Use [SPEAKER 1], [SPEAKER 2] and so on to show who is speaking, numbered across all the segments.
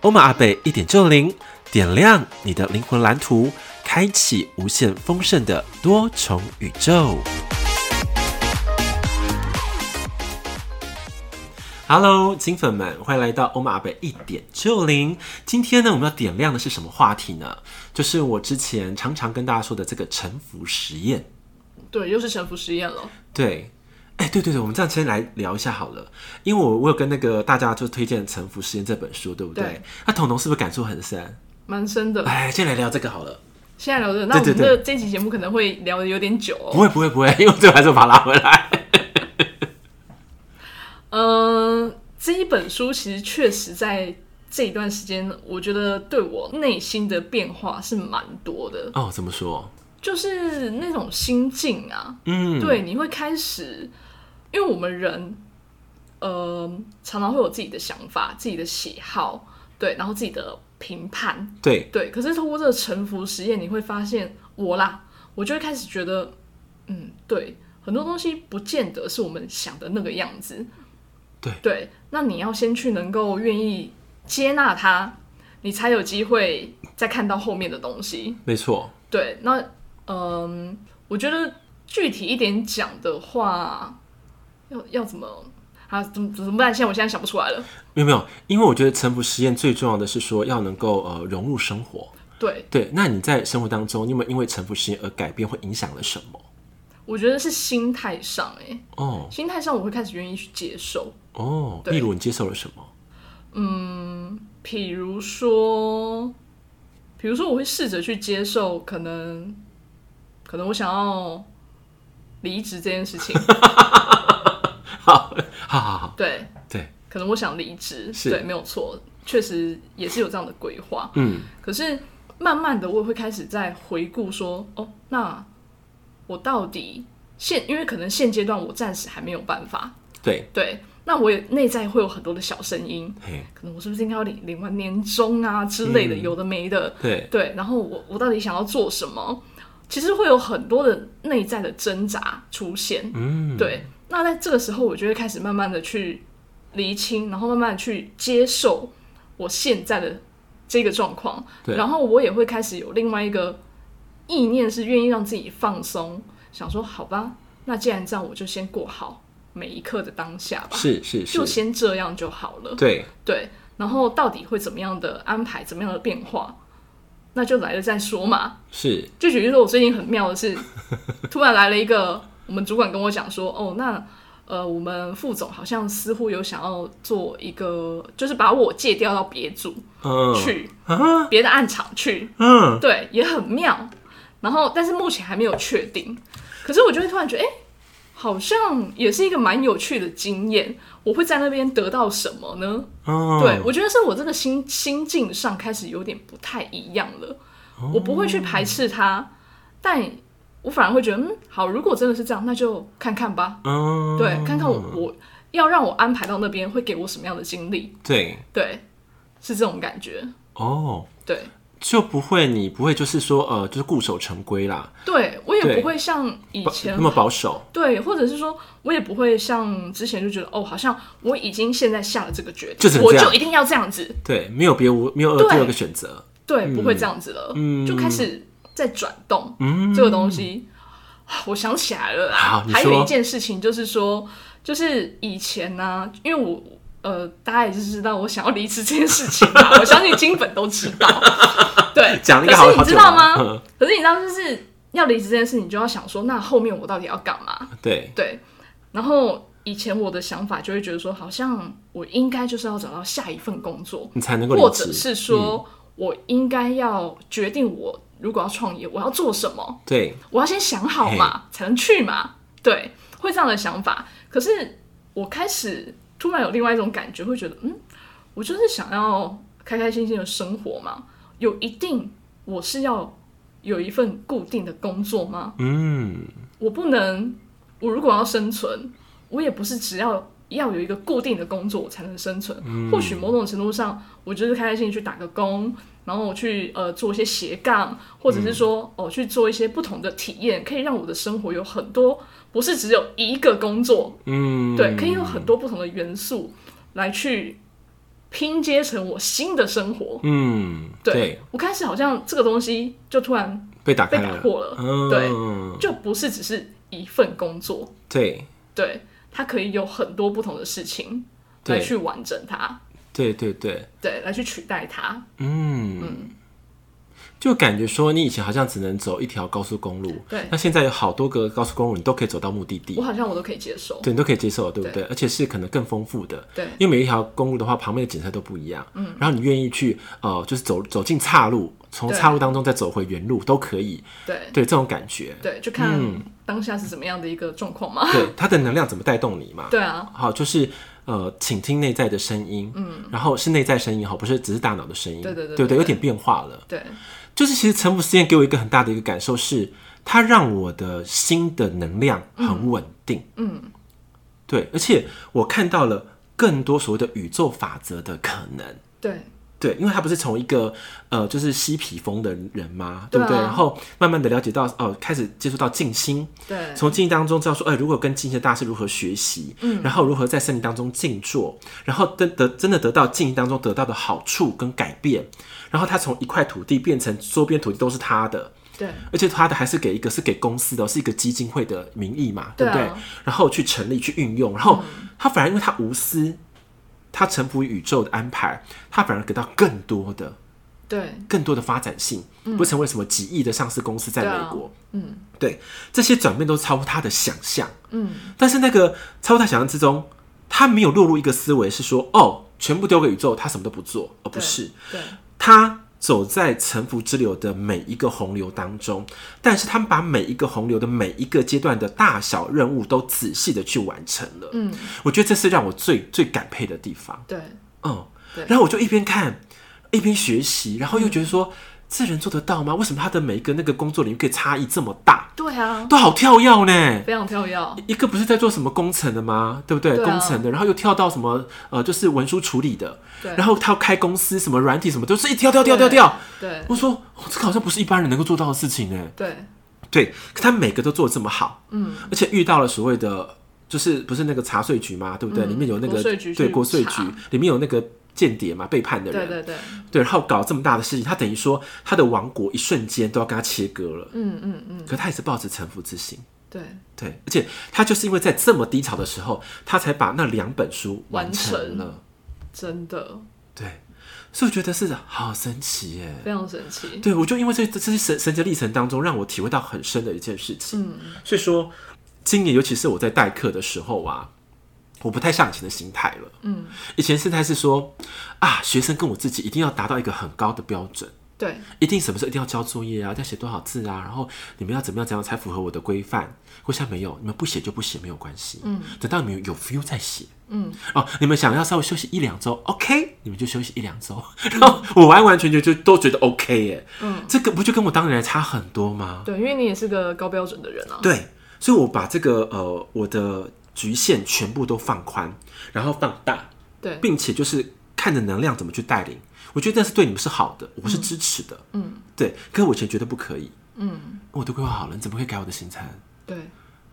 [SPEAKER 1] 欧玛阿贝一点就灵，点亮你的灵魂蓝图，开启无限丰盛的多重宇宙。Hello，金粉们，欢迎来到欧玛阿贝一点就灵。今天呢，我们要点亮的是什么话题呢？就是我之前常常跟大家说的这个沉浮实验。
[SPEAKER 2] 对，又是沉浮实验了。
[SPEAKER 1] 对，哎，对对对，我们这样先来聊一下好了，因为我我有跟那个大家就推荐《沉浮实验》这本书，对不对
[SPEAKER 2] 对？
[SPEAKER 1] 那彤彤是不是感触很深？
[SPEAKER 2] 蛮深的，
[SPEAKER 1] 哎，先来聊这个好了。
[SPEAKER 2] 现在聊的，那我
[SPEAKER 1] 对
[SPEAKER 2] 们
[SPEAKER 1] 对
[SPEAKER 2] 的这期节目可能会聊的有点久、
[SPEAKER 1] 不
[SPEAKER 2] 哦。
[SPEAKER 1] 会不会不 会，因为我最后还是把它拉回来。
[SPEAKER 2] 嗯、这一本书其实确实在这一段时间，我觉得对我内心的变化是蛮多的，
[SPEAKER 1] 哦，怎么说？
[SPEAKER 2] 就是那种心境啊，
[SPEAKER 1] 嗯，
[SPEAKER 2] 对，你会开始，因为我们人，呃，常常会有自己的想法、自己的喜好，对，然后自己的评判，
[SPEAKER 1] 对
[SPEAKER 2] 对，可是通过这个沉浮实验，你会发现我啦，我就会开始觉得，嗯，对，很多东西不见得是我们想的那个样子。
[SPEAKER 1] 对
[SPEAKER 2] 对，那你要先去能够愿意接纳它，你才有机会再看到后面的东西。
[SPEAKER 1] 没错，
[SPEAKER 2] 对，那嗯，我觉得具体一点讲的话，要要怎么啊？怎么怎么办？现在我现在想不出来了。
[SPEAKER 1] 没有没有，因为我觉得沉浮实验最重要的是说要能够呃融入生活。
[SPEAKER 2] 对，
[SPEAKER 1] 对，那你在生活当中，你有没有因为沉浮实验而改变，或影响了什么？
[SPEAKER 2] 我觉得是心态上、欸，
[SPEAKER 1] 哦
[SPEAKER 2] 心态上我会开始愿意去接受。
[SPEAKER 1] 哦，
[SPEAKER 2] 对
[SPEAKER 1] 例如你接受了什么？
[SPEAKER 2] 比如说，比如说，我会试着去接受，可能，可能我想要离职这件事情，
[SPEAKER 1] 好，好好好，
[SPEAKER 2] 对，
[SPEAKER 1] 对，
[SPEAKER 2] 可能我想离职，
[SPEAKER 1] 是
[SPEAKER 2] 对，没有错，确实也是有这样的规划。
[SPEAKER 1] 嗯，
[SPEAKER 2] 可是慢慢的，我也会开始在回顾说，哦，那我到底现，因为可能现阶段我暂时还没有办法，
[SPEAKER 1] 对，
[SPEAKER 2] 对，那我也内在会有很多的小声音，
[SPEAKER 1] 嘿，
[SPEAKER 2] 可能我是不是应该要领领完年终啊之类的，
[SPEAKER 1] 嗯
[SPEAKER 2] 有的没的，
[SPEAKER 1] 对，
[SPEAKER 2] 对，然后我我到底想要做什么？其实会有很多的内在的挣扎出现。
[SPEAKER 1] 嗯，
[SPEAKER 2] 对，那在这个时候，我就会开始慢慢的去厘清，然后慢慢的去接受我现在的这个状况。
[SPEAKER 1] 对
[SPEAKER 2] 然后我也会开始有另外一个意念，是愿意让自己放松，想说好吧，那既然这样，我就先过好每一刻的当下吧，
[SPEAKER 1] 是是，
[SPEAKER 2] 就是先这样就好了。
[SPEAKER 1] 对，
[SPEAKER 2] 对，然后到底会怎么样的安排，怎么样的变化，那就来了再说嘛。
[SPEAKER 1] 是，
[SPEAKER 2] 就举例说，我最近很妙的是，突然来了一个我们主管跟我讲说，哦，那呃，我们副总好像似乎有想要做一个，就是把我借调到别组
[SPEAKER 1] 嗯
[SPEAKER 2] 去，
[SPEAKER 1] 啊，
[SPEAKER 2] 别的暗场去，
[SPEAKER 1] 嗯，
[SPEAKER 2] 对，也很妙。然后，但是目前还没有确定。可是我就会突然觉得，哎、好像也是一个蛮有趣的经验。我会在那边得到什么呢？
[SPEAKER 1] 哦，
[SPEAKER 2] 对，我觉得是我这个心心境上开始有点不太一样了。我不会去排斥它，但我反而会觉得，嗯，好，如果真的是这样，那就看看吧。
[SPEAKER 1] 嗯，
[SPEAKER 2] 对，看看我我要让我安排到那边会给我什么样的经历。
[SPEAKER 1] 对，
[SPEAKER 2] 对，是这种感觉。
[SPEAKER 1] 哦，
[SPEAKER 2] 对，
[SPEAKER 1] 就不会，你不会就是说，呃，就是固守成规啦，
[SPEAKER 2] 对我也
[SPEAKER 1] 对
[SPEAKER 2] 不会像以
[SPEAKER 1] 保
[SPEAKER 2] 前
[SPEAKER 1] 那么保守，
[SPEAKER 2] 对，或者是说我也不会像之前就觉得，哦，好像我已经现在下了这个决
[SPEAKER 1] 就
[SPEAKER 2] 定
[SPEAKER 1] 只，能
[SPEAKER 2] 我
[SPEAKER 1] 这样
[SPEAKER 2] 就一定要这样子。
[SPEAKER 1] 对，没有别无没有
[SPEAKER 2] 对
[SPEAKER 1] 第二个选择，
[SPEAKER 2] 对，不会这样子了，
[SPEAKER 1] 嗯
[SPEAKER 2] 就开始在转动、
[SPEAKER 1] 嗯
[SPEAKER 2] 这个东西。啊我想起来了
[SPEAKER 1] 好
[SPEAKER 2] 啦，
[SPEAKER 1] 你说
[SPEAKER 2] 还有一件事情就是说，就是以前呢、因为我呃，大家也是知道我想要离职这件事情 嘛，我相信金粉都知道。对，
[SPEAKER 1] 讲了一
[SPEAKER 2] 可
[SPEAKER 1] 个好
[SPEAKER 2] 是你知道吗？
[SPEAKER 1] 好久了啊嗯
[SPEAKER 2] 可是你知道，就是要离职这件事，你就要想说，那后面我到底要干嘛？
[SPEAKER 1] 对，
[SPEAKER 2] 对，然后以前我的想法就会觉得说，好像我应该就是要找到下一份工作，
[SPEAKER 1] 你才能够
[SPEAKER 2] 或
[SPEAKER 1] 离
[SPEAKER 2] 者
[SPEAKER 1] 职，
[SPEAKER 2] 是说、我应该要决定我如果要创业，我要做什么，
[SPEAKER 1] 对，
[SPEAKER 2] 我要先想好嘛，才能去嘛。对，会这样的想法。可是我开始突然有另外一种感觉，会觉得，嗯，我就是想要开开心心的生活嘛，有一定我是要有一份固定的工作吗？
[SPEAKER 1] 嗯，
[SPEAKER 2] 我不能，我如果要生存，我也不是只要要有一个固定的工作我才能生存。
[SPEAKER 1] 嗯
[SPEAKER 2] 或许某种程度上，我就是开开心心去打个工，然后我去呃做一些斜杠，或者是说哦、去做一些不同的体验，可以让我的生活有很多，不是只有一个工作，
[SPEAKER 1] 嗯，
[SPEAKER 2] 对，可以有很多不同的元素来去拼接成我新的生活。
[SPEAKER 1] 嗯，
[SPEAKER 2] 对
[SPEAKER 1] 对，
[SPEAKER 2] 我开始好像这个东西就突然
[SPEAKER 1] 被打开
[SPEAKER 2] 被打
[SPEAKER 1] 了，
[SPEAKER 2] 破了，
[SPEAKER 1] 嗯，
[SPEAKER 2] 就不是只是一份工作，
[SPEAKER 1] 对，
[SPEAKER 2] 对，它可以有很多不同的事情
[SPEAKER 1] 对
[SPEAKER 2] 来去完整它，
[SPEAKER 1] 对对对，
[SPEAKER 2] 对，来去取代它，
[SPEAKER 1] 嗯就感觉说你以前好像只能走一条高速公路，
[SPEAKER 2] 对
[SPEAKER 1] 那现在有好多个高速公路，你都可以走到目的地
[SPEAKER 2] 我，好像我都可以接受，
[SPEAKER 1] 对，你都可以接受，对不对？
[SPEAKER 2] 对
[SPEAKER 1] 而且是可能更丰富的，
[SPEAKER 2] 对
[SPEAKER 1] 因为每一条公路的话，旁边的景色都不一样，嗯，然后你愿意去，呃，就是走走进岔路，从
[SPEAKER 2] 对
[SPEAKER 1] 岔路当中再走回原路都可以，
[SPEAKER 2] 对
[SPEAKER 1] 对，这种感觉，
[SPEAKER 2] 对，就看
[SPEAKER 1] 嗯
[SPEAKER 2] 当下是怎么样的一个状况嘛，
[SPEAKER 1] 对，它的能量怎么带动你嘛？
[SPEAKER 2] 对啊，
[SPEAKER 1] 好，就是呃，倾听内在的声音，嗯，然后是内在声音哈，不是只是大脑的声音，
[SPEAKER 2] 对对对
[SPEAKER 1] 对不
[SPEAKER 2] 对
[SPEAKER 1] 有点变化了。
[SPEAKER 2] 对
[SPEAKER 1] 就是其实沉浮实验给我一个很大的一个感受是，它让我的心的能量很稳定，嗯，对，而且我看到了更多所谓的宇宙法则的可能。
[SPEAKER 2] 对
[SPEAKER 1] 对，因为他不是从一个呃，就是嬉皮风的人嘛，对不对？
[SPEAKER 2] 对啊
[SPEAKER 1] 然后慢慢的了解到，哦、开始接触到静心，
[SPEAKER 2] 对
[SPEAKER 1] 从静心当中知道说，哎、如果跟静心的大师如何学习，嗯，然后如何在森林当中静坐，然后得得真的得到静心当中得到的好处跟改变，然后他从一块土地变成周边土地都是他的，
[SPEAKER 2] 对
[SPEAKER 1] 而且他的还是给一个是给公司的，是一个基金会的名义嘛，对不对？嗯
[SPEAKER 2] 对啊
[SPEAKER 1] 然后去成立去运用，然后他反而因为他无私，他臣服于宇宙的安排，他反而给到更多的、
[SPEAKER 2] 对
[SPEAKER 1] 更多的发展性，不成为什么几亿的上市公司在
[SPEAKER 2] 嗯对啊
[SPEAKER 1] 美国，嗯，对，这些转变都超乎他的想象，
[SPEAKER 2] 嗯，
[SPEAKER 1] 但是那个超乎他想象之中，他没有落入一个思维是说，哦，全部丢给宇宙，他什么都不做，而不
[SPEAKER 2] 对
[SPEAKER 1] 是，
[SPEAKER 2] 对
[SPEAKER 1] 他走在沉浮之流的每一个洪流当中，但是他们把每一个洪流的每一个阶段的大小任务都仔细的去完成了。
[SPEAKER 2] 嗯，
[SPEAKER 1] 我觉得这是让我最最感佩的地方。
[SPEAKER 2] 对
[SPEAKER 1] 嗯
[SPEAKER 2] 对，
[SPEAKER 1] 然后我就一边看一边学习，然后又觉得说，这人做得到吗？为什么他的每一个那个工作领域可以差异这么大，
[SPEAKER 2] 对啊，
[SPEAKER 1] 都好跳跃呢？
[SPEAKER 2] 非常跳跃，
[SPEAKER 1] 一个不是在做什么工程的吗？对不对？
[SPEAKER 2] 对啊
[SPEAKER 1] 工程的，然后又跳到什么呃，就是文书处理的，
[SPEAKER 2] 对
[SPEAKER 1] 然后他要开公司，什么软体什么，都是一跳跳跳跳跳。
[SPEAKER 2] 对
[SPEAKER 1] 我说、哦这个好像不是一般人能够做到的事情呢。
[SPEAKER 2] 对
[SPEAKER 1] 对，可他每个都做得这么好，嗯，而且遇到了所谓的就是不是那个茶税局嘛，对不对？里面有那个
[SPEAKER 2] 嗯国税局去
[SPEAKER 1] 对国税局
[SPEAKER 2] 查
[SPEAKER 1] 里面有那个间谍嘛，背叛的人，
[SPEAKER 2] 对对对，
[SPEAKER 1] 对然后搞这么大的事情，他等于说他的王国一瞬间都要跟他切割了，
[SPEAKER 2] 嗯嗯嗯，
[SPEAKER 1] 可他也是抱着臣服之心。
[SPEAKER 2] 对
[SPEAKER 1] 对，而且他就是因为在这么低潮的时候，他才把那两本书完
[SPEAKER 2] 完
[SPEAKER 1] 成
[SPEAKER 2] 成
[SPEAKER 1] 了。
[SPEAKER 2] 真的
[SPEAKER 1] 对，所以我觉得是好神奇耶。
[SPEAKER 2] 非常神奇，
[SPEAKER 1] 对，我就因为这这这些神神奇的历程当中，让我体会到很深的一件事情。
[SPEAKER 2] 嗯
[SPEAKER 1] 所以说，今年尤其是我在代课的时候啊，我不太像以前的心态了。
[SPEAKER 2] 嗯，
[SPEAKER 1] 以前心态是说啊，学生跟我自己一定要达到一个很高的标准，
[SPEAKER 2] 对
[SPEAKER 1] 一定什么时候一定要交作业啊，要写多少字啊，然后你们要怎么样怎么样才符合我的规范。或现在没有，你们不写就不写，没有关系。嗯，等到你们有有 feel 再写。
[SPEAKER 2] 嗯，
[SPEAKER 1] 哦，你们想要稍微休息一两周，OK，你们就休息一两周。然后我完完全全就都觉得 OK 耶。
[SPEAKER 2] 嗯，
[SPEAKER 1] 这个不就跟我当年差很多吗？
[SPEAKER 2] 对，因为你也是个高标准的人啊，
[SPEAKER 1] 对，所以我把这个呃我的局限全部都放宽，然后放大，
[SPEAKER 2] 对
[SPEAKER 1] 并且就是看着能量怎么去带领。我觉得那是对你们是好的，我是支持的。
[SPEAKER 2] 嗯，
[SPEAKER 1] 对，可我以前觉得不可以，
[SPEAKER 2] 嗯
[SPEAKER 1] 我都规划好了，你怎么可以改我的行程？
[SPEAKER 2] 对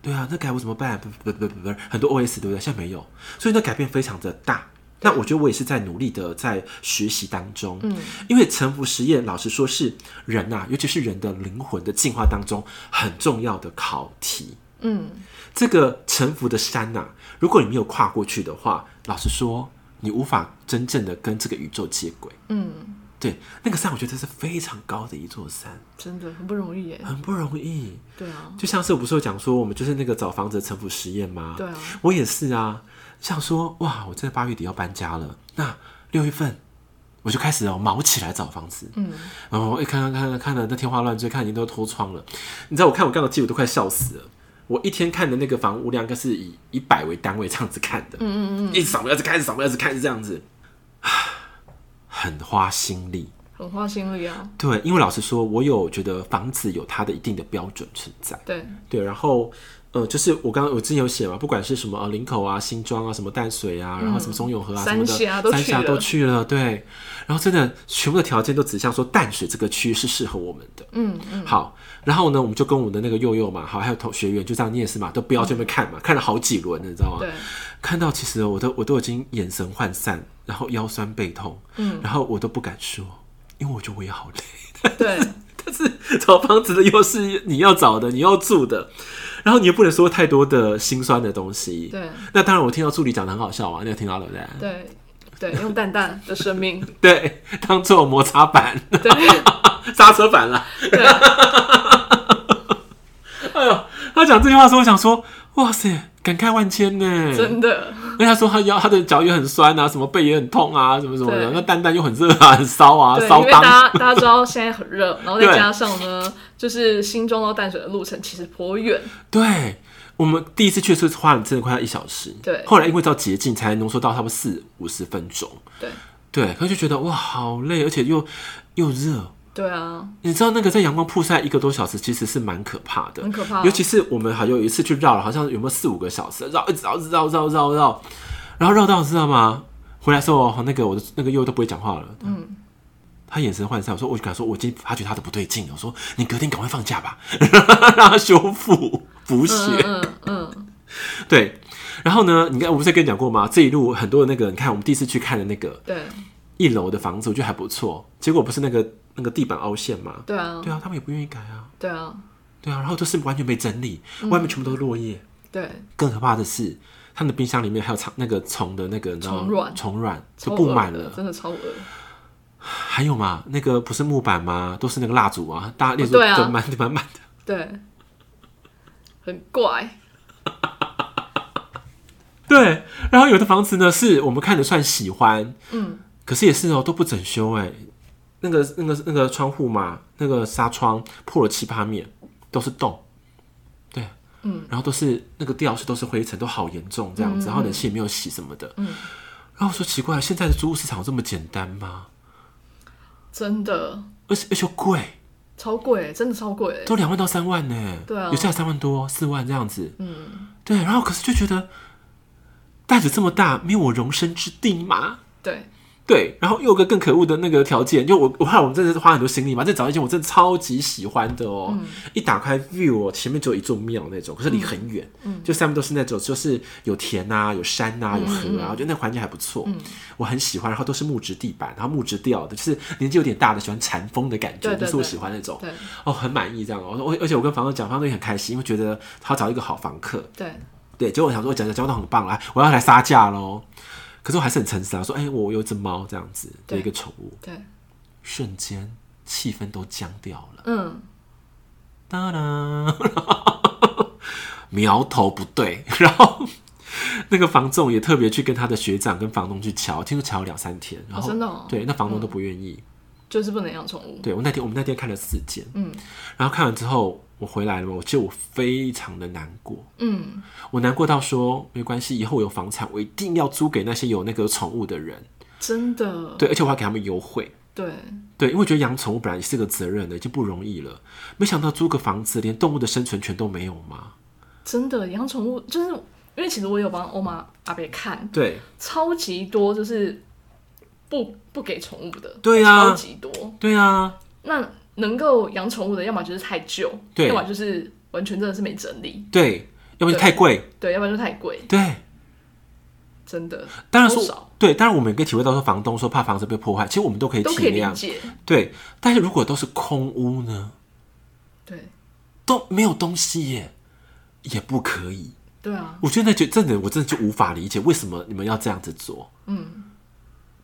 [SPEAKER 1] 对啊，那改我怎么办？不不不不不，很多 OS 对不对？现在没有，所以那改变非常的大。那我觉得我也是在努力的在学习当中，嗯，因为沉浮实验，老实说是人呐、尤其是人的灵魂的进化当中很重要的考题。
[SPEAKER 2] 嗯
[SPEAKER 1] 这个沉浮的山呐、如果你没有跨过去的话，老实说，你无法真正的跟这个宇宙接轨。
[SPEAKER 2] 嗯，
[SPEAKER 1] 对，那个山我觉得是非常高的一座山，
[SPEAKER 2] 真的很不容易耶，
[SPEAKER 1] 很不容易。
[SPEAKER 2] 对啊
[SPEAKER 1] 就像是我不是有讲说，我们就是那个找房子的城府实验吗？
[SPEAKER 2] 对啊，
[SPEAKER 1] 我也是啊。想说哇，我真的八月底要搬家了，那六月份我就开始哦忙起来找房子。
[SPEAKER 2] 嗯
[SPEAKER 1] 然后一看看看看看的那天花乱坠，看已经都脱窗了。你知道我看我刚刚的记录都快笑死了。我一天看的那个房屋量，应该是以以百为单位这样子看的，
[SPEAKER 2] 嗯 嗯嗯，
[SPEAKER 1] 一直扫描，一直看，一直扫描，一直看，这样子，唉很花心力。
[SPEAKER 2] 好很花心力啊。
[SPEAKER 1] 对，因为老实说，我有觉得房子有它的一定的标准存在。
[SPEAKER 2] 对，
[SPEAKER 1] 对，然后呃，就是我刚刚我之前有写嘛，不管是什么呃林口啊、新庄啊、什么淡水啊，然后什么松永河啊、
[SPEAKER 2] 嗯三
[SPEAKER 1] 什
[SPEAKER 2] 峡
[SPEAKER 1] 么
[SPEAKER 2] 都
[SPEAKER 1] 的，
[SPEAKER 2] 去
[SPEAKER 1] 三峡都
[SPEAKER 2] 了
[SPEAKER 1] 去了，对。然后真的全部的条件都指向说淡水这个区是适合我们的。
[SPEAKER 2] 嗯嗯，
[SPEAKER 1] 好，然后呢，我们就跟我们的那个佑佑嘛，好，还有同学员就这样念是嘛，都不要这边看嘛，看了好几轮了，你知道吗？
[SPEAKER 2] 嗯对，
[SPEAKER 1] 看到其实我都我都已经眼神涣散，然后腰酸背痛，嗯，然后我都不敢说，因为我觉得我也好累。
[SPEAKER 2] 对，
[SPEAKER 1] 但是 找房子的又是你要找的，你要住的，然后你又不能说太多的心酸的东西。
[SPEAKER 2] 对，
[SPEAKER 1] 那当然，我听到助理讲的很好笑啊，你有听到对不对？
[SPEAKER 2] 对，对，用蛋蛋的生 命，
[SPEAKER 1] 对，当做摩擦板、
[SPEAKER 2] 对，
[SPEAKER 1] 刹车板啦。
[SPEAKER 2] 对，
[SPEAKER 1] 哎呦，他讲这句话的时候，我想说，哇塞，感慨万千呢。
[SPEAKER 2] 真的，
[SPEAKER 1] 因为他说他腰他的脚也很酸啊，什么背也很痛啊，什么什么的。
[SPEAKER 2] 对
[SPEAKER 1] 那蛋蛋又很热啊，很烧啊，
[SPEAKER 2] 对，
[SPEAKER 1] 烧
[SPEAKER 2] 因为
[SPEAKER 1] 裆。
[SPEAKER 2] 大家大家知道现在很热，然后再
[SPEAKER 1] 对
[SPEAKER 2] 加上呢，就是新庄到淡水的路程其实颇远，
[SPEAKER 1] 对，我们第一次去的时候花了真的快要一小时，
[SPEAKER 2] 对
[SPEAKER 1] 后来因为到捷径才浓缩到差不多四五十分钟，
[SPEAKER 2] 对，
[SPEAKER 1] 对，可是就觉得哇好累，而且又又热，
[SPEAKER 2] 对啊，
[SPEAKER 1] 你知道那个在阳光曝晒一个多小时其实是蛮可怕的，
[SPEAKER 2] 很可怕啊
[SPEAKER 1] 尤其是我们好像有一次去绕了，好像有没有四五个小时绕，一直绕，一直绕，绕绕绕，然后绕到知道吗？回来的时候，那个我的那个又都不会讲话了，嗯。他眼神涣散，我说我就敢说，我已经发觉他的不对劲了。我说你隔天赶快放假吧， 让他修复补血。
[SPEAKER 2] 嗯嗯嗯，
[SPEAKER 1] 对，然后呢，你看我不是跟你讲过吗？这一路很多的那个，你看我们第一次去看的那个
[SPEAKER 2] 对，
[SPEAKER 1] 一楼的房子，我觉得还不错。结果不是那个那个地板凹陷吗？
[SPEAKER 2] 对啊，
[SPEAKER 1] 对啊，他们也不愿意改啊。
[SPEAKER 2] 对啊，
[SPEAKER 1] 对啊，然后就是完全没整理，
[SPEAKER 2] 嗯
[SPEAKER 1] 外面全部都是落叶。
[SPEAKER 2] 对，
[SPEAKER 1] 更可怕的是，他们的冰箱里面还有藏那个虫的那个，你知道吗
[SPEAKER 2] 虫卵
[SPEAKER 1] 虫卵就
[SPEAKER 2] 超
[SPEAKER 1] 布满
[SPEAKER 2] 恶的
[SPEAKER 1] 了。
[SPEAKER 2] 真的超恶的。
[SPEAKER 1] 还有嘛，那个不是木板吗？都是那个蜡烛啊，大家蜡烛
[SPEAKER 2] 对啊
[SPEAKER 1] 堆满 满满的。
[SPEAKER 2] 对，很怪，
[SPEAKER 1] 对，然后有的房子呢，是我们看着算喜欢，
[SPEAKER 2] 嗯，
[SPEAKER 1] 可是也是哦，都不整修哎，那个那个那个窗户嘛，那个纱窗破了七八面，都是洞，对，
[SPEAKER 2] 嗯，
[SPEAKER 1] 然后都是那个地老师都是灰尘，都好严重这样子，然后冷气也没有洗什么的，嗯，然后我说奇怪，现在的租屋市场有这么简单吗？
[SPEAKER 2] 真的
[SPEAKER 1] 而且而且又贵，
[SPEAKER 2] 超贵，欸真的超贵。
[SPEAKER 1] 都两万到三万呢，
[SPEAKER 2] 对啊
[SPEAKER 1] 有些还三万多、四万这样子，嗯，对，然后可是就觉得袋子这么大，没有我容身之地吗？
[SPEAKER 2] 对，
[SPEAKER 1] 对，然后又有个更可恶的那个条件，就我我怕我们真的是花很多心力嘛，再找一间我真的超级喜欢的哦，
[SPEAKER 2] 嗯
[SPEAKER 1] 一打开 view 哦，前面就有一座庙那种，可是离很远，
[SPEAKER 2] 嗯
[SPEAKER 1] 就上面都是那种就是有田啊、有山啊、有河
[SPEAKER 2] 嗯
[SPEAKER 1] 啊，我觉得那环境还不错，我很喜欢，然后都是木质地板，然后木质调的，就是年纪有点大的喜欢禅风的感觉，
[SPEAKER 2] 对对
[SPEAKER 1] 就是我
[SPEAKER 2] 对
[SPEAKER 1] 喜欢那种，
[SPEAKER 2] 对，
[SPEAKER 1] 哦，很满意这样哦，我说我而且我跟房东讲，房东也很开心，因为觉得他找一个好房客，
[SPEAKER 2] 对，
[SPEAKER 1] 对，结果我想说，讲讲讲到很棒啦，我要来杀价喽。可是我还是很诚实啊，说，哎、我有一只猫这样子的
[SPEAKER 2] 对
[SPEAKER 1] 一个宠物，
[SPEAKER 2] 对，
[SPEAKER 1] 瞬间气氛都僵掉了。
[SPEAKER 2] 嗯，
[SPEAKER 1] 当当，苗头不对，然后那个房仲也特别去跟他的学长跟房东去瞧，听说瞧了两三天，然后、
[SPEAKER 2] 真的哦
[SPEAKER 1] 对，那房东都不愿意。
[SPEAKER 2] 就是不能养宠物。
[SPEAKER 1] 对我那天我们那天看了四间，
[SPEAKER 2] 嗯
[SPEAKER 1] 然后看完之后我回来了嘛，我记得我非常的难过，
[SPEAKER 2] 嗯，
[SPEAKER 1] 我难过到说，没关系，以后我有房产，我一定要租给那些有那个宠物的人。
[SPEAKER 2] 真的，
[SPEAKER 1] 对，而且我还给他们优惠。
[SPEAKER 2] 对
[SPEAKER 1] 对，因为我觉得养宠物本来也是个责任的，已经不容易了。没想到租个房子，连动物的生存权都没有吗？
[SPEAKER 2] 真的养宠物就是因为其实我有帮欧妈阿伯看，
[SPEAKER 1] 对，
[SPEAKER 2] 超级多就是不不给宠物的，
[SPEAKER 1] 对啊
[SPEAKER 2] 超级多。
[SPEAKER 1] 对啊，
[SPEAKER 2] 那能够养宠物的，要么就是太旧，
[SPEAKER 1] 对
[SPEAKER 2] 要么就是完全真的是没整理，
[SPEAKER 1] 对，要不然太贵。
[SPEAKER 2] 对，要不然就太贵，
[SPEAKER 1] 对，
[SPEAKER 2] 真的。
[SPEAKER 1] 当然
[SPEAKER 2] 多
[SPEAKER 1] 说
[SPEAKER 2] 少
[SPEAKER 1] 对，当然我们也可以体会到说房东说怕房子被破坏，其实我们都可以
[SPEAKER 2] 都
[SPEAKER 1] 体
[SPEAKER 2] 可以理
[SPEAKER 1] 谅。
[SPEAKER 2] 解，
[SPEAKER 1] 对，但是如果都是空屋呢，
[SPEAKER 2] 对
[SPEAKER 1] 都没有东西耶，也不可以。
[SPEAKER 2] 对啊，
[SPEAKER 1] 我觉得那就真的，我真的就无法理解为什么你们要这样子做，
[SPEAKER 2] 嗯，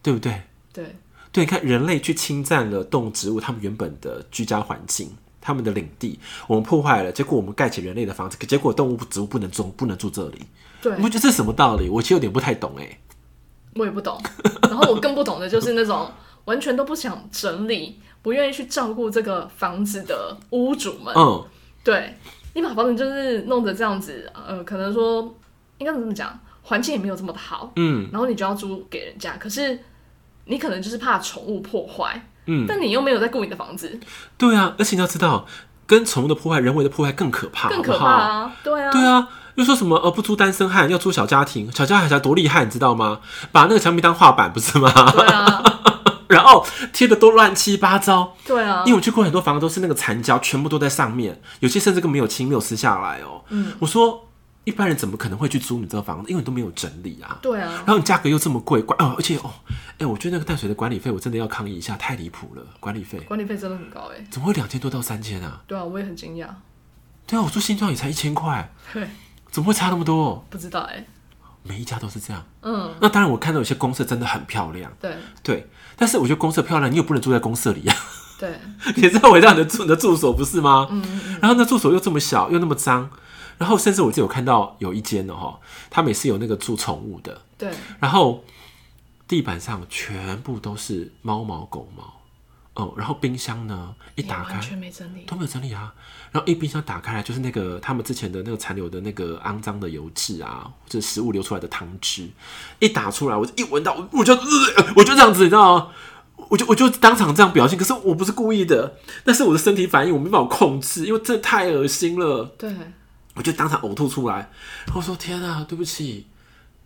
[SPEAKER 1] 对不对？
[SPEAKER 2] 对
[SPEAKER 1] 对，你看人类去侵占了动植物它们原本的居家环境，它们的领地，我们破坏了，结果我们盖起人类的房子，可结果动物植物不能种，不能住这里，
[SPEAKER 2] 对
[SPEAKER 1] 我，觉得这是什么道理？我其实有点不太懂哎。
[SPEAKER 2] 我也不懂。然后我更不懂的就是那种完全都不想整理、不愿意去照顾这个房子的屋主们。
[SPEAKER 1] 嗯，
[SPEAKER 2] 对你把房子就是弄得这样子，呃，可能说应该怎么讲，环境也没有这么好，
[SPEAKER 1] 嗯，
[SPEAKER 2] 然后你就要租给人家，可是你可能就是怕宠物破坏，嗯，但你又没有在顾你的房子，
[SPEAKER 1] 对啊，而且你要知道，跟宠物的破坏，人为的破坏更可怕，
[SPEAKER 2] 更可
[SPEAKER 1] 好不
[SPEAKER 2] 怕
[SPEAKER 1] 好
[SPEAKER 2] 啊！对啊，
[SPEAKER 1] 对啊，又说什么呃不租单身汉，要租小家庭，小家庭才多厉害，你知道吗？把那个墙壁当画板不是吗？
[SPEAKER 2] 对啊，
[SPEAKER 1] 然后贴的都乱七八糟。
[SPEAKER 2] 对啊
[SPEAKER 1] 因，为我去过很多房子，都是那个残胶全部都在上面，有些甚至根本没有清，没有撕下来哦。嗯，我说一般人怎么可能会去租你这个房子？因为你都没有整理啊。
[SPEAKER 2] 对啊
[SPEAKER 1] 然，后你价格又这么贵，管哦，而且哦，哎，我觉得那个淡水的管理费我真的要抗议一下，太离谱了，管理费
[SPEAKER 2] 管理费真的很高哎、
[SPEAKER 1] 怎么会两千多到三千啊？
[SPEAKER 2] 对啊，我也很惊讶，
[SPEAKER 1] 对啊，我住新庄也才一千块，
[SPEAKER 2] 对，
[SPEAKER 1] 怎么会差那么多？
[SPEAKER 2] 不知道哎、
[SPEAKER 1] 每一家都是这样。
[SPEAKER 2] 嗯，
[SPEAKER 1] 那当然，我看到有些公社真的很漂亮，
[SPEAKER 2] 对
[SPEAKER 1] 对，但是我觉得公社漂亮，你也不能住在公社里啊，
[SPEAKER 2] 对，
[SPEAKER 1] 你也知道围绕你的住你的住所不是吗？嗯，然后那住所又这么小，又那么脏，然后甚至我记得有看到有一间哦，哈，他们也是有那个住宠物的，
[SPEAKER 2] 对，
[SPEAKER 1] 然后地板上全部都是猫毛狗毛，哦，然后冰箱呢一
[SPEAKER 2] 你
[SPEAKER 1] 打开
[SPEAKER 2] 完全没整理，
[SPEAKER 1] 都没有整理啊，然后一冰箱打开来就是那个他们之前的那个残留的那个肮脏的油脂啊，或者食物流出来的汤汁，一打出来我一闻到我我就、呃我就这样子，你知道吗？我就我就当场这样表现，可是我不是故意的，但是我的身体反应我没办法控制，因为这太恶心了。
[SPEAKER 2] 对
[SPEAKER 1] 我就当场呕吐出来，然后说：“天啊，对不起，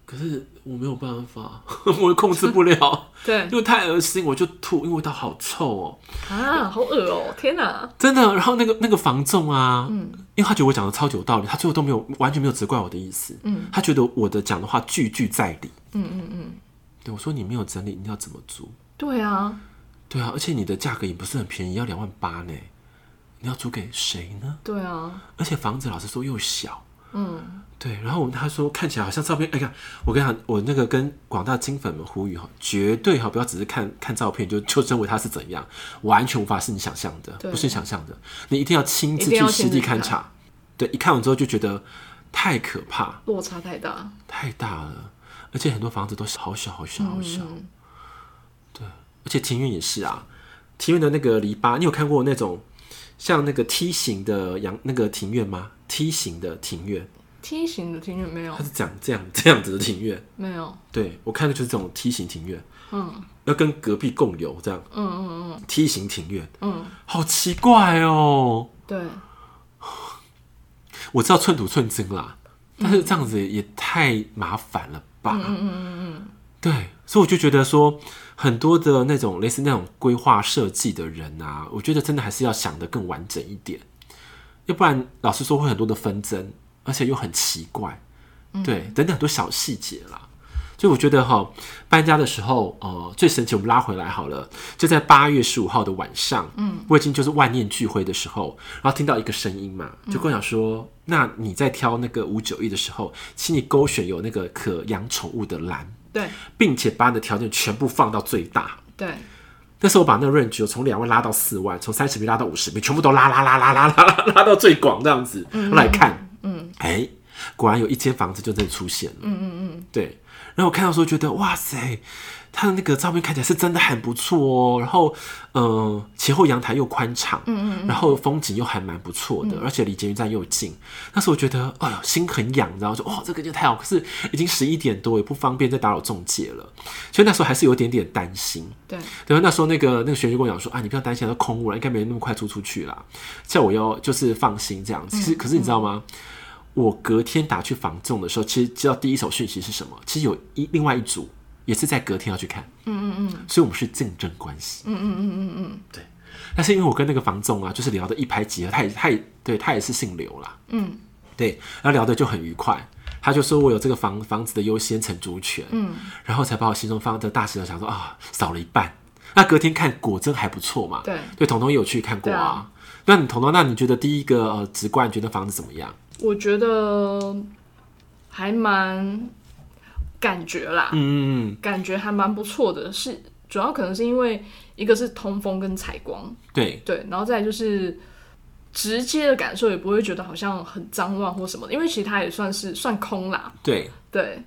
[SPEAKER 1] 可是我没有办法， 我控制不了，
[SPEAKER 2] 对
[SPEAKER 1] 因为太恶心，我就吐，因为味道好臭哦，
[SPEAKER 2] 啊，好恶哦、天哪，
[SPEAKER 1] 真的。”然后那个那个房仲啊，嗯，因为他觉得我讲的超级有道理，他最后都没有完全没有责怪我的意思，嗯，他觉得我的讲的话句句在理，
[SPEAKER 2] 嗯嗯嗯，
[SPEAKER 1] 对我说：“你没有整理，你要怎么租？
[SPEAKER 2] 对啊，
[SPEAKER 1] 对啊，而且你的价格也不是很便宜，要两万八呢，你要租给谁呢？
[SPEAKER 2] 对啊，
[SPEAKER 1] 而且房子老实说又小。”
[SPEAKER 2] 嗯，
[SPEAKER 1] 对，然后他说看起来好像照片，哎呀，我跟你讲，我那个跟广大金粉们呼吁哈，绝对哈不要只是看看照片就就认为它是怎样，完全无法是你想象的，
[SPEAKER 2] 对
[SPEAKER 1] 不是你想象的，你一定要亲自
[SPEAKER 2] 一定
[SPEAKER 1] 去
[SPEAKER 2] 要
[SPEAKER 1] 实
[SPEAKER 2] 亲自
[SPEAKER 1] 地
[SPEAKER 2] 去
[SPEAKER 1] 勘
[SPEAKER 2] 看
[SPEAKER 1] 察，对，一看完之后就觉得太可怕
[SPEAKER 2] 落差太大，
[SPEAKER 1] 太大了，而且很多房子都是好小好小好
[SPEAKER 2] 嗯
[SPEAKER 1] 小，对，而且庭院也是啊，庭院的那个篱笆，你有看过那种像那个梯形的阳那个庭院吗？梯形的庭院，
[SPEAKER 2] 梯形的庭院没有
[SPEAKER 1] 它是长这样这样子的庭院。
[SPEAKER 2] 没有，
[SPEAKER 1] 对，我看的就是这种梯形庭院，
[SPEAKER 2] 嗯
[SPEAKER 1] 要跟隔壁共有这样
[SPEAKER 2] 嗯嗯嗯
[SPEAKER 1] 梯形庭院，
[SPEAKER 2] 嗯，
[SPEAKER 1] 好奇怪哦。
[SPEAKER 2] 对
[SPEAKER 1] 我知道寸土寸金啦，但是这样子也也太麻烦了吧？嗯嗯嗯对，所以我就觉得说，很多的那种类似那种规划设计的人啊，我觉得真的还是要想得更完整一点，要不然老实说会很多的纷争，而且又很奇怪，对，等等很多小细节啦。所以我觉得哈，搬家的时候，呃，最神奇，我们拉回来好了，就在八月十五号的晚上，嗯，我已经就是万念俱灰的时候，然后听到一个声音嘛，就跟我讲说，那你在挑那个五九一的时候，请你勾选有那个可养宠物的栏，
[SPEAKER 2] 对
[SPEAKER 1] 并且把你的条件全部放到最大。
[SPEAKER 2] 对，
[SPEAKER 1] 那时候我把那个 range 从两万拉到四万，从三十米拉到五十米，全部都拉拉拉拉拉拉拉拉到最广这样子来看，嗯，哎、果然有一间房子就真的出现了，嗯嗯嗯，对。然后我看到的时候觉得，哇塞，它的那个照片看起来是真的很不错哦。然后，嗯、呃，前后阳台又宽敞，嗯嗯，然后风景又还蛮不错的，而且离捷运站又近。那时候我觉得，哎呦，心很痒，然后说，哦，这个就太好。可是已经十一点多，也不方便再打扰中介了，所以那时候还是有点点担心。
[SPEAKER 2] 对，
[SPEAKER 1] 然啊后那时候那个那个学姐跟我讲说啊，你不要担心，都空屋了，应该没那么快租出去啦。叫我要就是放心这样。其实、可是你知道吗？我隔天打去房仲的时候，其实知道第一手讯息是什么。其实有一另外一组也是在隔天要去看，嗯嗯嗯，所以我们是竞争关系，嗯嗯嗯嗯嗯，对。但是因为我跟那个房仲啊，就是聊的一拍即合，他也他也对他也是姓刘啦，
[SPEAKER 2] 嗯，
[SPEAKER 1] 对，然后聊的就很愉快。他就说我有这个房房子的优先承租权，嗯，然后才把我心中放的大石头想说啊，少了一半。那隔天看果真还不错嘛，
[SPEAKER 2] 对
[SPEAKER 1] 对，彤彤也有去看过
[SPEAKER 2] 对
[SPEAKER 1] 啊
[SPEAKER 2] 啊。
[SPEAKER 1] 那你彤彤，那你觉得第一个呃直观，你觉得房子怎么样？
[SPEAKER 2] 我觉得还蛮感觉啦，
[SPEAKER 1] 嗯，嗯嗯
[SPEAKER 2] 感觉还蛮不错的，是主要可能是因为一个是通风跟采光，
[SPEAKER 1] 对，
[SPEAKER 2] 对，然后再来就是直接的感受也不会觉得好像很脏乱或什么的，因为其实它也算是算空啦，
[SPEAKER 1] 对，
[SPEAKER 2] 对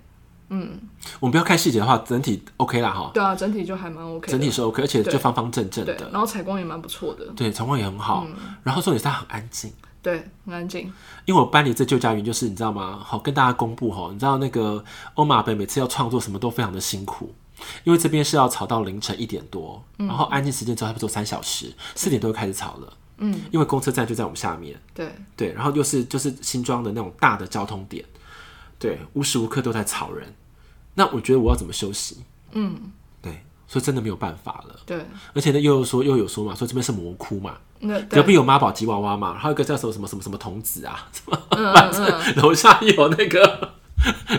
[SPEAKER 1] 我们不要看细节的话，整体 OK 啦哈，
[SPEAKER 2] 对啊，整体就还蛮 OK 的，
[SPEAKER 1] 整体是 OK，而且就
[SPEAKER 2] 对
[SPEAKER 1] 方方正正
[SPEAKER 2] 对，
[SPEAKER 1] 的，
[SPEAKER 2] 然后采光也蛮不错的，
[SPEAKER 1] 对，情况也很好。然后重点是它很安静，
[SPEAKER 2] 对，很安静，
[SPEAKER 1] 因为我搬离这旧家园，就是你知道吗？好，跟大家公布哈，你知道那个欧马北每次要创作什么都非常的辛苦，因为这边是要吵到凌晨一点多，然后安静时间之后差不多三小时，四点多就开始吵了。嗯，因为公车站就在我们下面，
[SPEAKER 2] 对，
[SPEAKER 1] 对，然后又是就是新庄的那种大的交通点，对，无时无刻都在吵人。那我觉得我要怎么休息？
[SPEAKER 2] 嗯，
[SPEAKER 1] 对，所以真的没有办法了。
[SPEAKER 2] 对，
[SPEAKER 1] 而且呢，又有说又有说嘛，说这边是魔窟嘛，
[SPEAKER 2] 那
[SPEAKER 1] 隔
[SPEAKER 2] 对，
[SPEAKER 1] 壁有妈宝吉娃娃嘛，还有一个叫什么什么什么什么童子啊，什么
[SPEAKER 2] 嗯
[SPEAKER 1] 反
[SPEAKER 2] 嗯
[SPEAKER 1] 正
[SPEAKER 2] 嗯，
[SPEAKER 1] 楼下有那个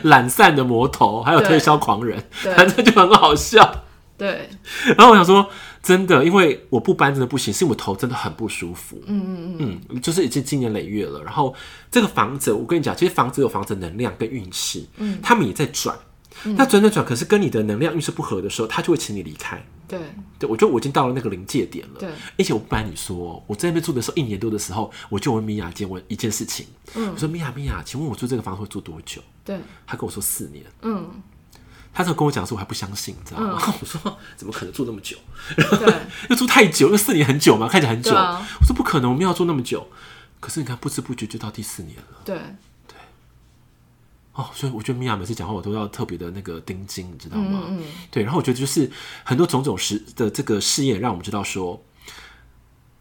[SPEAKER 1] 懒散的魔头，还有
[SPEAKER 2] 对
[SPEAKER 1] 推销狂人，
[SPEAKER 2] 对
[SPEAKER 1] 反正就很好笑。
[SPEAKER 2] 对，
[SPEAKER 1] 然后我想说，真的，因为我不搬真的不行，是我头真的很不舒服。
[SPEAKER 2] 嗯嗯嗯，
[SPEAKER 1] 嗯，就是已经经年累月了。然后这个房子，我跟你讲，其实房子有房子的能量跟运势，嗯，他们也在转。
[SPEAKER 2] 嗯
[SPEAKER 1] 那转转转，可是跟你的能量运势不合的时候，他就会请你离开。
[SPEAKER 2] 对
[SPEAKER 1] 对，我觉得我已经到了那个临界点了。
[SPEAKER 2] 对，
[SPEAKER 1] 而且我不瞒你说，哦我在那边住的时候，一年多的时候，我就问米娅接问一件事情，
[SPEAKER 2] 嗯
[SPEAKER 1] 我说米娅米娅，请问我住这个房子会住多久？
[SPEAKER 2] 对，
[SPEAKER 1] 她跟我说四年。
[SPEAKER 2] 嗯，
[SPEAKER 1] 她这样跟我讲的时候，我还不相信，你知道吗？ 我说怎么可能住那么久？
[SPEAKER 2] 对，
[SPEAKER 1] 又住太久，因为四年很久嘛，看起来很久。
[SPEAKER 2] 对啊
[SPEAKER 1] 我说不可能，我们要住那么久。可是你看，不知不觉就到第四年了
[SPEAKER 2] 对，嗯
[SPEAKER 1] 哦。所以我觉得米娅每次讲话，我都要特别的那个盯紧，你知道吗？
[SPEAKER 2] 嗯嗯，
[SPEAKER 1] 对，然后我觉得就是很多种种实的这个试验，让我们知道说，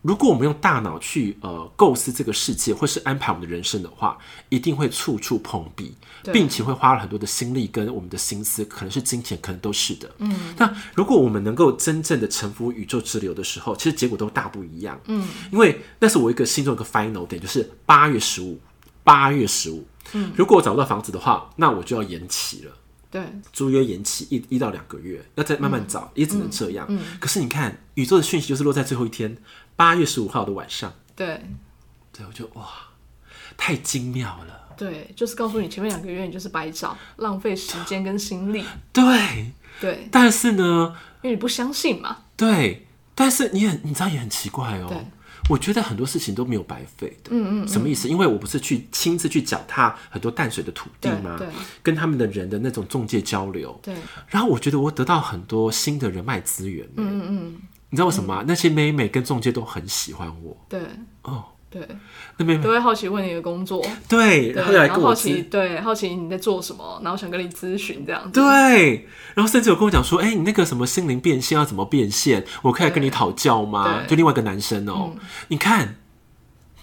[SPEAKER 1] 如果我们用大脑去呃构思这个世界，或是安排我们的人生的话，一定会处处碰壁，
[SPEAKER 2] 对
[SPEAKER 1] 并且会花了很多的心力跟我们的心思，可能是金钱，可能都是的。嗯，那如果我们能够真正的臣服宇宙之流的时候，其实结果都大不一样。嗯，因为那是我一个心中有一个 final 点，就是八月十五，八月十五。嗯，如果我找不到房子的话，那我就要延期了。
[SPEAKER 2] 对，
[SPEAKER 1] 租约延期一一到两个月，要再慢慢找，也只能这样。可是你看，宇宙的讯息就是落在最后一天，八月十五号的晚上。
[SPEAKER 2] 对，
[SPEAKER 1] 对，我就哇，太精妙了。
[SPEAKER 2] 对，就是告诉你前面两个月你就是白找，浪费时间跟心力，
[SPEAKER 1] 对，
[SPEAKER 2] 对，
[SPEAKER 1] 但是呢，
[SPEAKER 2] 因为你不相信嘛，
[SPEAKER 1] 对，但是你很，你知道也很奇怪哦、
[SPEAKER 2] 对
[SPEAKER 1] 我觉得很多事情都没有白费的。嗯嗯什么意思？因为我不是去亲自去脚踏很多淡水的土地
[SPEAKER 2] 对
[SPEAKER 1] 吗
[SPEAKER 2] 对？
[SPEAKER 1] 跟他们的人的那种中介交流。
[SPEAKER 2] 对，
[SPEAKER 1] 然后我觉得我得到很多新的人脉资源、欸。
[SPEAKER 2] 嗯嗯，
[SPEAKER 1] 你知道为什么吗？那些妹妹跟中介都很喜欢我。
[SPEAKER 2] 对，
[SPEAKER 1] 哦，
[SPEAKER 2] 对，
[SPEAKER 1] 那妹妹
[SPEAKER 2] 都会好奇问你的工作，
[SPEAKER 1] 对，
[SPEAKER 2] 对，
[SPEAKER 1] 然后又来
[SPEAKER 2] 然
[SPEAKER 1] 跟
[SPEAKER 2] 后好
[SPEAKER 1] 我
[SPEAKER 2] 奇，
[SPEAKER 1] 咨，
[SPEAKER 2] 对，好奇你在做什么，然后想跟你咨询这样子，
[SPEAKER 1] 对，啊然后甚至有跟我讲说，哎、你那个什么心灵变现要怎么变现？我可以来跟你讨教吗？
[SPEAKER 2] 对
[SPEAKER 1] 就另外一个男生哦、你看，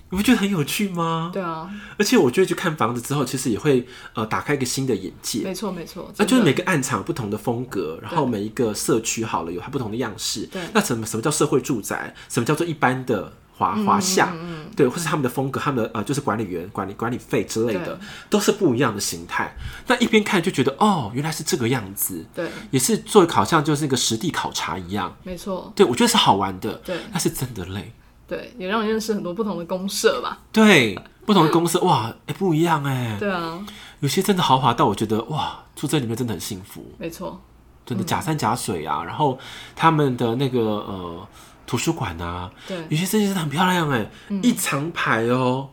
[SPEAKER 1] 你不觉得很有趣吗？
[SPEAKER 2] 对啊，
[SPEAKER 1] 而且我觉得去看房子之后，其实也会呃打开一个新的眼界。
[SPEAKER 2] 没错没错，
[SPEAKER 1] 那
[SPEAKER 2] 真
[SPEAKER 1] 啊就是
[SPEAKER 2] 的
[SPEAKER 1] 每个暗场有不同的风格，然后每一个社区好了有它不同的样式。
[SPEAKER 2] 对
[SPEAKER 1] 那什么什么叫社会住宅？什么叫做一般的华华
[SPEAKER 2] 嗯
[SPEAKER 1] 夏？对，或是他们的风格，他们的呃就是管理员、管理管理费之类的
[SPEAKER 2] 对，
[SPEAKER 1] 都是不一样的形态。那一边看就觉得哦，原来是这个样子，
[SPEAKER 2] 对，
[SPEAKER 1] 也是做好像就是那个实地考察一样。
[SPEAKER 2] 没错，
[SPEAKER 1] 对，我觉得是好玩的，
[SPEAKER 2] 对
[SPEAKER 1] 但是真的累。
[SPEAKER 2] 对，也让你认识很多不同的公社吧，
[SPEAKER 1] 对，不同的公司哇，哎、不一样哎，
[SPEAKER 2] 对啊，
[SPEAKER 1] 有些真的豪华到我觉得哇，住在里面真的很幸福。
[SPEAKER 2] 没错，
[SPEAKER 1] 真
[SPEAKER 2] 嗯
[SPEAKER 1] 的假山假水啊，然后他们的那个呃图书馆啊，
[SPEAKER 2] 对嗯
[SPEAKER 1] 有些设计真的很漂亮哎、一长排哦、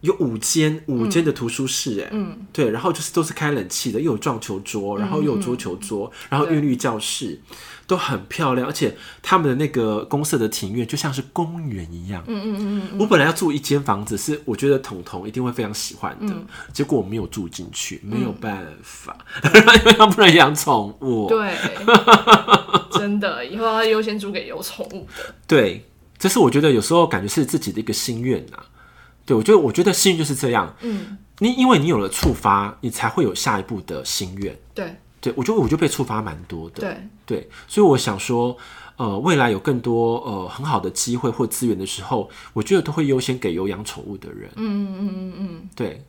[SPEAKER 1] 有五间五间的图书室哎、
[SPEAKER 2] 嗯，
[SPEAKER 1] 对，然后就是都是开冷气的，又有撞球桌，然后又有桌球
[SPEAKER 2] 嗯
[SPEAKER 1] 桌，然后韵律教室都很漂亮，而且他们的那个公社的庭院就像是公园一样。
[SPEAKER 2] 嗯嗯嗯嗯，
[SPEAKER 1] 我本来要住一间房子，是我觉得彤彤一定会非常喜欢
[SPEAKER 2] 嗯
[SPEAKER 1] 的，结果我没有住进去，没有办法， 因为他不能养宠物。
[SPEAKER 2] 对，真的，以后要优先租给有宠物的，
[SPEAKER 1] 对，这是我觉得有时候感觉是自己的一个心愿呐、对，我觉得我觉得心愿就是这样，
[SPEAKER 2] 嗯，
[SPEAKER 1] 你因为你有了触发，你才会有下一步的心愿。
[SPEAKER 2] 对
[SPEAKER 1] 对，我觉得我就被触发蛮多的。
[SPEAKER 2] 对
[SPEAKER 1] 对，所以我想说，呃，未来有更多呃很好的机会或资源的时候，我觉得都会优先给有养宠物的人。嗯嗯嗯嗯嗯，对。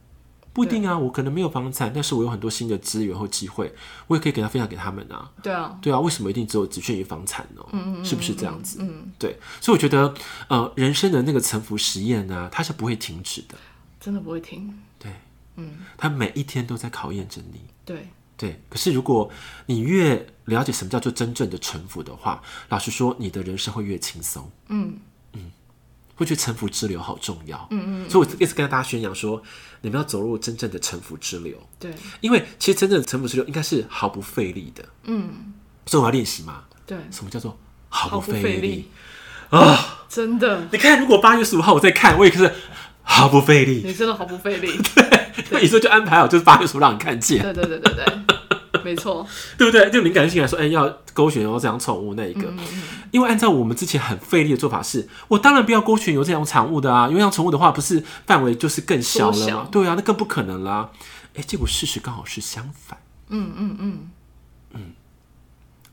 [SPEAKER 1] 不一定啊，我可能没有房产，但是我有很多新的资源或机会，我也可以给他分享给他们啊。
[SPEAKER 2] 对啊，
[SPEAKER 1] 对啊，为什么一定只有只限于房产呢？是不是这样子？嗯，对，所以我觉得，呃，人生的那个沉浮实验呢、它是不会停止的，
[SPEAKER 2] 真的不会听，
[SPEAKER 1] 对，嗯，它每一天都在考验着你。
[SPEAKER 2] 对
[SPEAKER 1] 对，可是如果你越了解什么叫做真正的臣服的话，老实说，你的人生会越轻松。嗯嗯，会觉得臣服之流好重要。嗯嗯，所以我一直跟大家宣扬说，你们要走入真正的臣服之流。
[SPEAKER 2] 对
[SPEAKER 1] 因为其实真正的臣服之流应该是毫不费力的。嗯，所以我要练习嘛。
[SPEAKER 2] 对，
[SPEAKER 1] 什么叫做毫
[SPEAKER 2] 毫
[SPEAKER 1] 不
[SPEAKER 2] 不
[SPEAKER 1] 费
[SPEAKER 2] 费
[SPEAKER 1] 力
[SPEAKER 2] 力？真的，
[SPEAKER 1] 你看，如果八月十五号我在看，我也是毫不费力。
[SPEAKER 2] 你真的毫不费力，
[SPEAKER 1] 那以后就安排好，就是八月十五让你看见。
[SPEAKER 2] 对对对对对，没错，
[SPEAKER 1] 对嗯不对？就敏感性来说，哎、要勾选有这样宠物那一个，因为按照我们之前很费力的做法是，我当然不要勾选有这样产物的啊，因为像宠物的话，不是范围就是更小了
[SPEAKER 2] 缩小
[SPEAKER 1] 吗？对啊，那更不可能啦。哎、结果事实刚好是相反，
[SPEAKER 2] 嗯嗯嗯，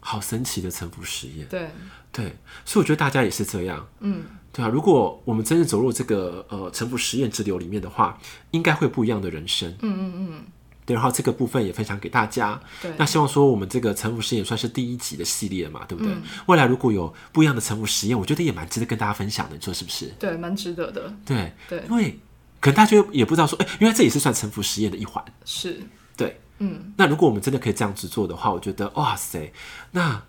[SPEAKER 1] 好神奇的沉浮实验。
[SPEAKER 2] 对，
[SPEAKER 1] 对，所以我觉得大家也是这样。
[SPEAKER 2] 嗯，
[SPEAKER 1] 对啊，如果我们真的走入这个呃沉浮实验之流里面的话，应该会不一样的人生。嗯嗯嗯。对，然后这个部分也分享给大家。
[SPEAKER 2] 对
[SPEAKER 1] 那希望说我们这个沉浮实验算是第一集的系列嘛，对不对？未来如果有不一样的沉浮实验，我觉得也蛮值得跟大家分享的，你说是不是？
[SPEAKER 2] 对，蛮值得的，
[SPEAKER 1] 对，
[SPEAKER 2] 对
[SPEAKER 1] 因为可能大家也不知道说，哎、原来这也是算沉浮实验的一环。
[SPEAKER 2] 是，
[SPEAKER 1] 对，
[SPEAKER 2] 嗯，
[SPEAKER 1] 那如果我们真的可以这样子做的话，我觉得哇塞，那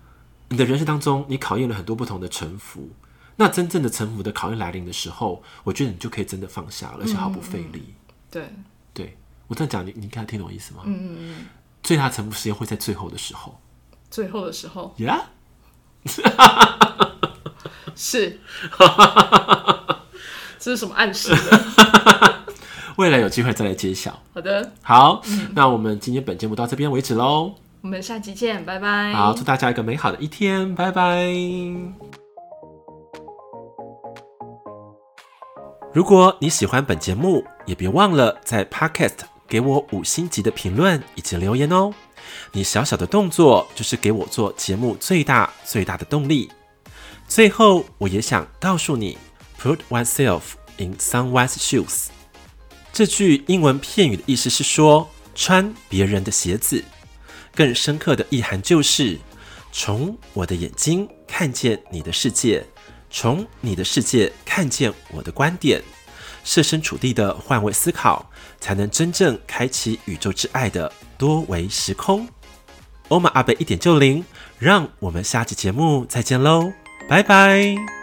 [SPEAKER 1] 你的人生当中，你考验了很多不同的沉浮。那真正的沉浮的考验来临的时候，我觉得你就可以真的放下了，而且毫不费力。
[SPEAKER 2] 对，
[SPEAKER 1] 对我这样讲，你你应该听懂我意思吗？嗯嗯嗯嗯。最大的沉浮时间会在最后的时候
[SPEAKER 2] 最后的时候
[SPEAKER 1] ，Yeah。
[SPEAKER 2] 是，这是什么暗示呢？
[SPEAKER 1] 未来有机会再来揭晓。
[SPEAKER 2] 好的，
[SPEAKER 1] 好，那我们今天本节目到这边为止喽。
[SPEAKER 2] 我们下期见，拜拜。
[SPEAKER 1] 好，祝大家一个美好的一天，拜拜。如果你喜欢本节目，也别忘了在 Podcast 给我五星级的评论以及留言哦。你小小的动作就是给我做节目最大最大的动力。最后，我也想告诉你，Put oneself in someone's shoes。这句英文片语的意思是说，穿别人的鞋子。更深刻的意涵就是，从我的眼睛看见你的世界，从你的世界看见我的观点，设身处地的换位思考，才能真正开启宇宙之爱的多维时空。欧玛阿贝一点就灵，让我们下期节目再见喽，拜拜。